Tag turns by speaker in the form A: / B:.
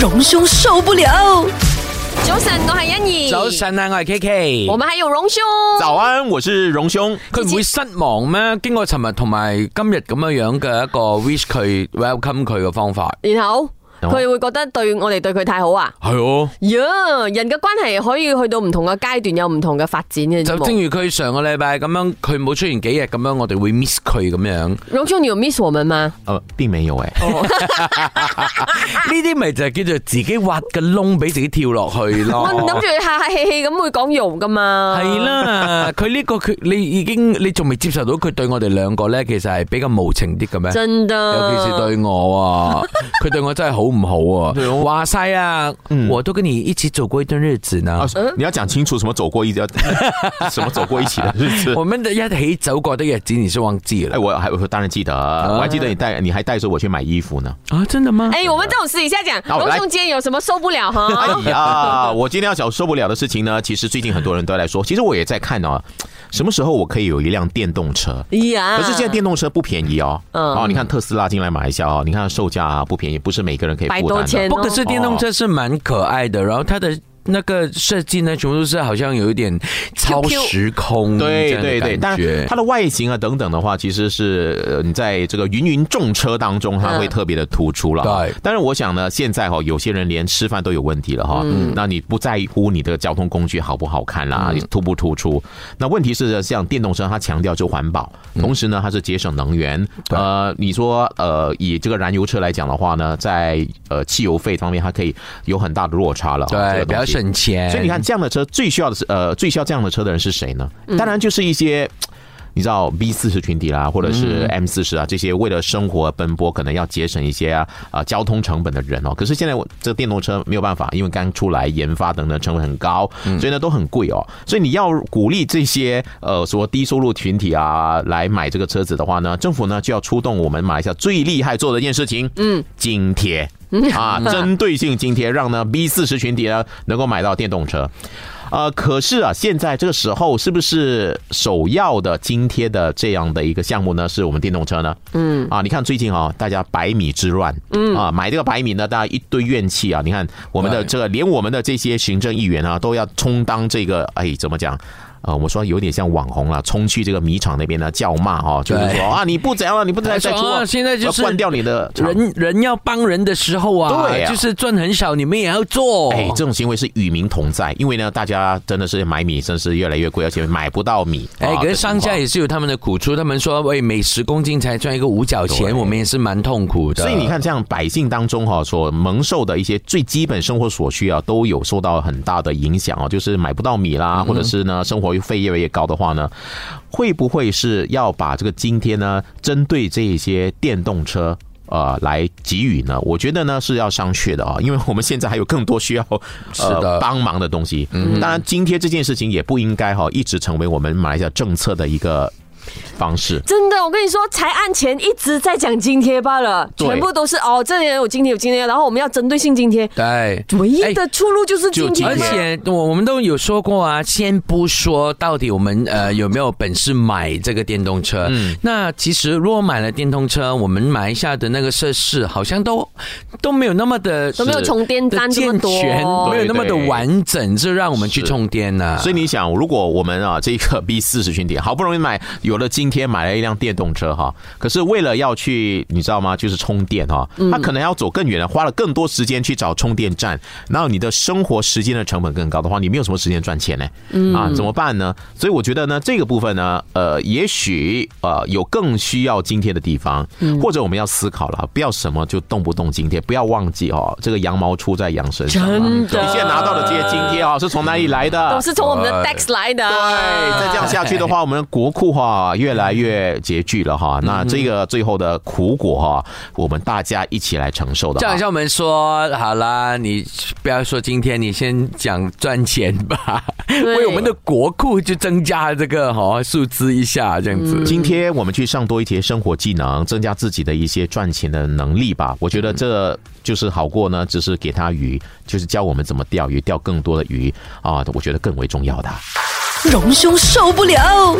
A: 荣兄受不了。
B: 早晨，我系欣怡。
C: 早，晨啊，我系 K K。
B: 我们还有荣兄。
D: 早安，我是荣兄。
C: 佢唔會失望咩？經過尋日同埋今日咁樣樣嘅一個 wish 佢 welcome 佢嘅方法，
B: 然后
D: 有
B: 佢会觉得对我哋对佢太好啊。
C: 係哦。
B: 呀，人嘅关系可以去到唔同嘅阶段，有唔同嘅发展嘅啫
C: 就
B: 嘛。
C: 正如佢上個禮拜咁樣，佢冇出現幾日咁樣，我哋會 miss 佢咁 樣。呢
B: 荣兄，你有 miss 我们吗？
D: 呃，并没有哎、
C: 啲咪就係叫做自己挖個窿俾自己跳落去
B: 我
C: 咯。
B: 谂住客客气气咁会讲用噶嘛。
C: 系。哦啦， 佢呢個佢你已經你仲未接受到佢對我哋兩個咧，其實係比較無情啲嘅咩？
B: 真的，
C: 尤其是对我
D: 呃
C: 啊， 佢对我真系好唔好啊
D: 對！哦
C: 话晒啊，
D: 嗯
C: 我都跟你一起走过一段日子呢
D: 啊。你要讲清楚什么走过一 什么走过一起的日 子。
C: 我们的一起走过的日子，你是忘记
D: 哎，
C: 了
D: 我还我当然记得，我还记得你带你还带着我去买衣服 呢。
C: 啊？真的吗？
B: 哎、我们这种私底下讲，
D: 好
B: 荣
D: 来
B: 兄今天有什么受不了哈？
D: 哎呀，我今天要讲受不了的事情呢，其实最近很多人都在说，其实我也在看哦，什么时候我可以有一辆电动车？
B: 哎呀，
D: 可是现在电动车不便宜哦，
B: 嗯
D: 哦，你看特斯拉进来马来西亚哦，你看它售价啊不便宜，不是每个人可以
B: 百
D: 负
B: 多
D: 担的
B: 千。
C: 不可是电动车是蛮可爱的，然后它的那个设计呢，全部都是好像有一点超时空这
D: 对
C: 样
D: 对
C: 的
D: 对，但
C: 感觉
D: 它。的外形啊等等的话，其实是呃你在这个芸芸众车当中，它
B: 嗯
D: 会特别的突出了。
C: 对
D: 但是我想呢，现在哈、有些人连吃饭都有问题了哈、
C: 嗯
D: 那你不在乎你的交通工具好不好看啦，突不突出？那问题是像电动车，它强调就环保，同时呢它是节省能源。
C: 嗯对
D: 呃，你说呃以这个燃油车来讲的话呢，在呃汽油费方面，它可以有很大的落差了。这
C: 对，
D: 个
C: 比
D: 东
C: 较
D: 西
C: 省钱。
D: 所以你看，这样的车最需要的是呃，最需要这样的车的人是谁呢？当然就是一些。你知道 B 四十群体啦，或者是 M 四十啊，这些为了生活奔波，可能要节省一些啊、啊交通成本的人哦。可是现在我这个电动车没有办法，因为刚出来研发等等成本很高，所以呢都很贵哦。所以你要鼓励这些呃说低收入群体啊来买这个车子的话呢，政府呢就要出动我们马来西亚最厉害做的一件事情，嗯，津贴。 啊，
C: 嗯
D: 针对性津贴，让呢 B 四十群体呢能够买到电动车。呃，可是啊，现在这个时候是不是首要的津贴的这样的一个项目呢？是我们电动车呢？嗯，啊，你看最近啊、大家百米之乱，嗯啊，买这个百米呢，大家一堆怨气啊。你看我们的
C: 对
D: 这个，连我们的这些行政议员啊，都要充当这个，哎，怎么讲？呃，我说有点像网红了，冲去这个米厂那边呢叫骂哦，就是
C: 对
D: 说啊，你不怎样了，你不再再出、
C: 啊现在就是
D: 要关掉你的厂
C: 人人要帮人的时候啊，
D: 对啊
C: 就是赚很少，你们也要做。
D: 哎，这种行为是与民同在，因为呢，大家真的是买米真是越来越贵，而且买不到米。
C: 哎，
D: 啊
C: 可是商家也是有他们的苦处，他们说哎喂，每十公斤才赚一个五角钱，
D: 对
C: 我们也是蛮痛苦的。
D: 所以你看，这样百姓当中哈、所蒙受的一些最基本生活所需啊，都有受到很大的影响哦。就是买不到米
C: 嗯
D: 啦，或者是呢，生活费越来越高的话呢，会不会是要把这个津贴呢，针对这一些电动车？呃，来给予呢？我觉得呢是要商榷的啊、因为我们现在还有更多需要呃
C: 是的嗯
D: 帮忙的东西。当然，津贴这件事情也不应该哈、一直成为我们马来西亚政策的一个方式。
B: 真的，我跟你说，才案前一直在讲津贴罢了，
D: 对
B: 全部都是哦，这人有津贴有津贴，然后我们要针对性津贴，
C: 对。
B: 唯一的出路就是津贴
D: 就
B: 吗
C: 而
D: 津贴
C: 且我我们都有说过啊，先不说到底我们呃有没有本事买这个电动车，
D: 嗯
C: 那其实如果买了电动车，我们马来西亚的那个设施好像都都没有那么的
B: 都没有充电
C: 的
B: 站这么
C: 健全，
B: 多
C: 没，有那么的
D: 对对
C: 完整，就让我们去啊
D: 是
C: 充电呢、
D: 所以你想，如果我们啊这个 B 四十群体好不容易买有了今天买了一辆电动车哈，可是为了要去你知道吗？就是充电哈，
B: 嗯
D: 他可能要走更远，花了更多时间去找充电站，然后你的生活时间的成本更高的话，你没有什么时间赚钱呢？
B: 嗯
D: 啊，怎么办呢？所以我觉得呢，这个部分呢，呃，也许呃有更需要津贴的地方，
B: 嗯
D: 或者我们要思考了，不要什么就动不动津贴，不要忘记哦，这个羊毛出在羊身上啊。
B: 真的
D: 你现在拿到的这些津贴啊，是从哪里来的？
B: 都是从我们的 tax 来的。啊
D: 对，再这样下去的话，我们的国库哈越来越拮据了哈。那这个最后的苦果哈，我们大家一起来承受的
C: 就
D: 哈
C: 好。像我们说，好啦，你不要说今天，你先讲赚钱吧， 为我们的国库就增加这个哈数字一下，这样子。
D: 今天我们去上多一些生活技能，增加自己的一些赚钱的能力吧。我觉得这就是好过呢，只是给他鱼，就是教我们怎么钓鱼，钓更多的鱼啊，我觉得更为重要的。
A: 荣兄受不了。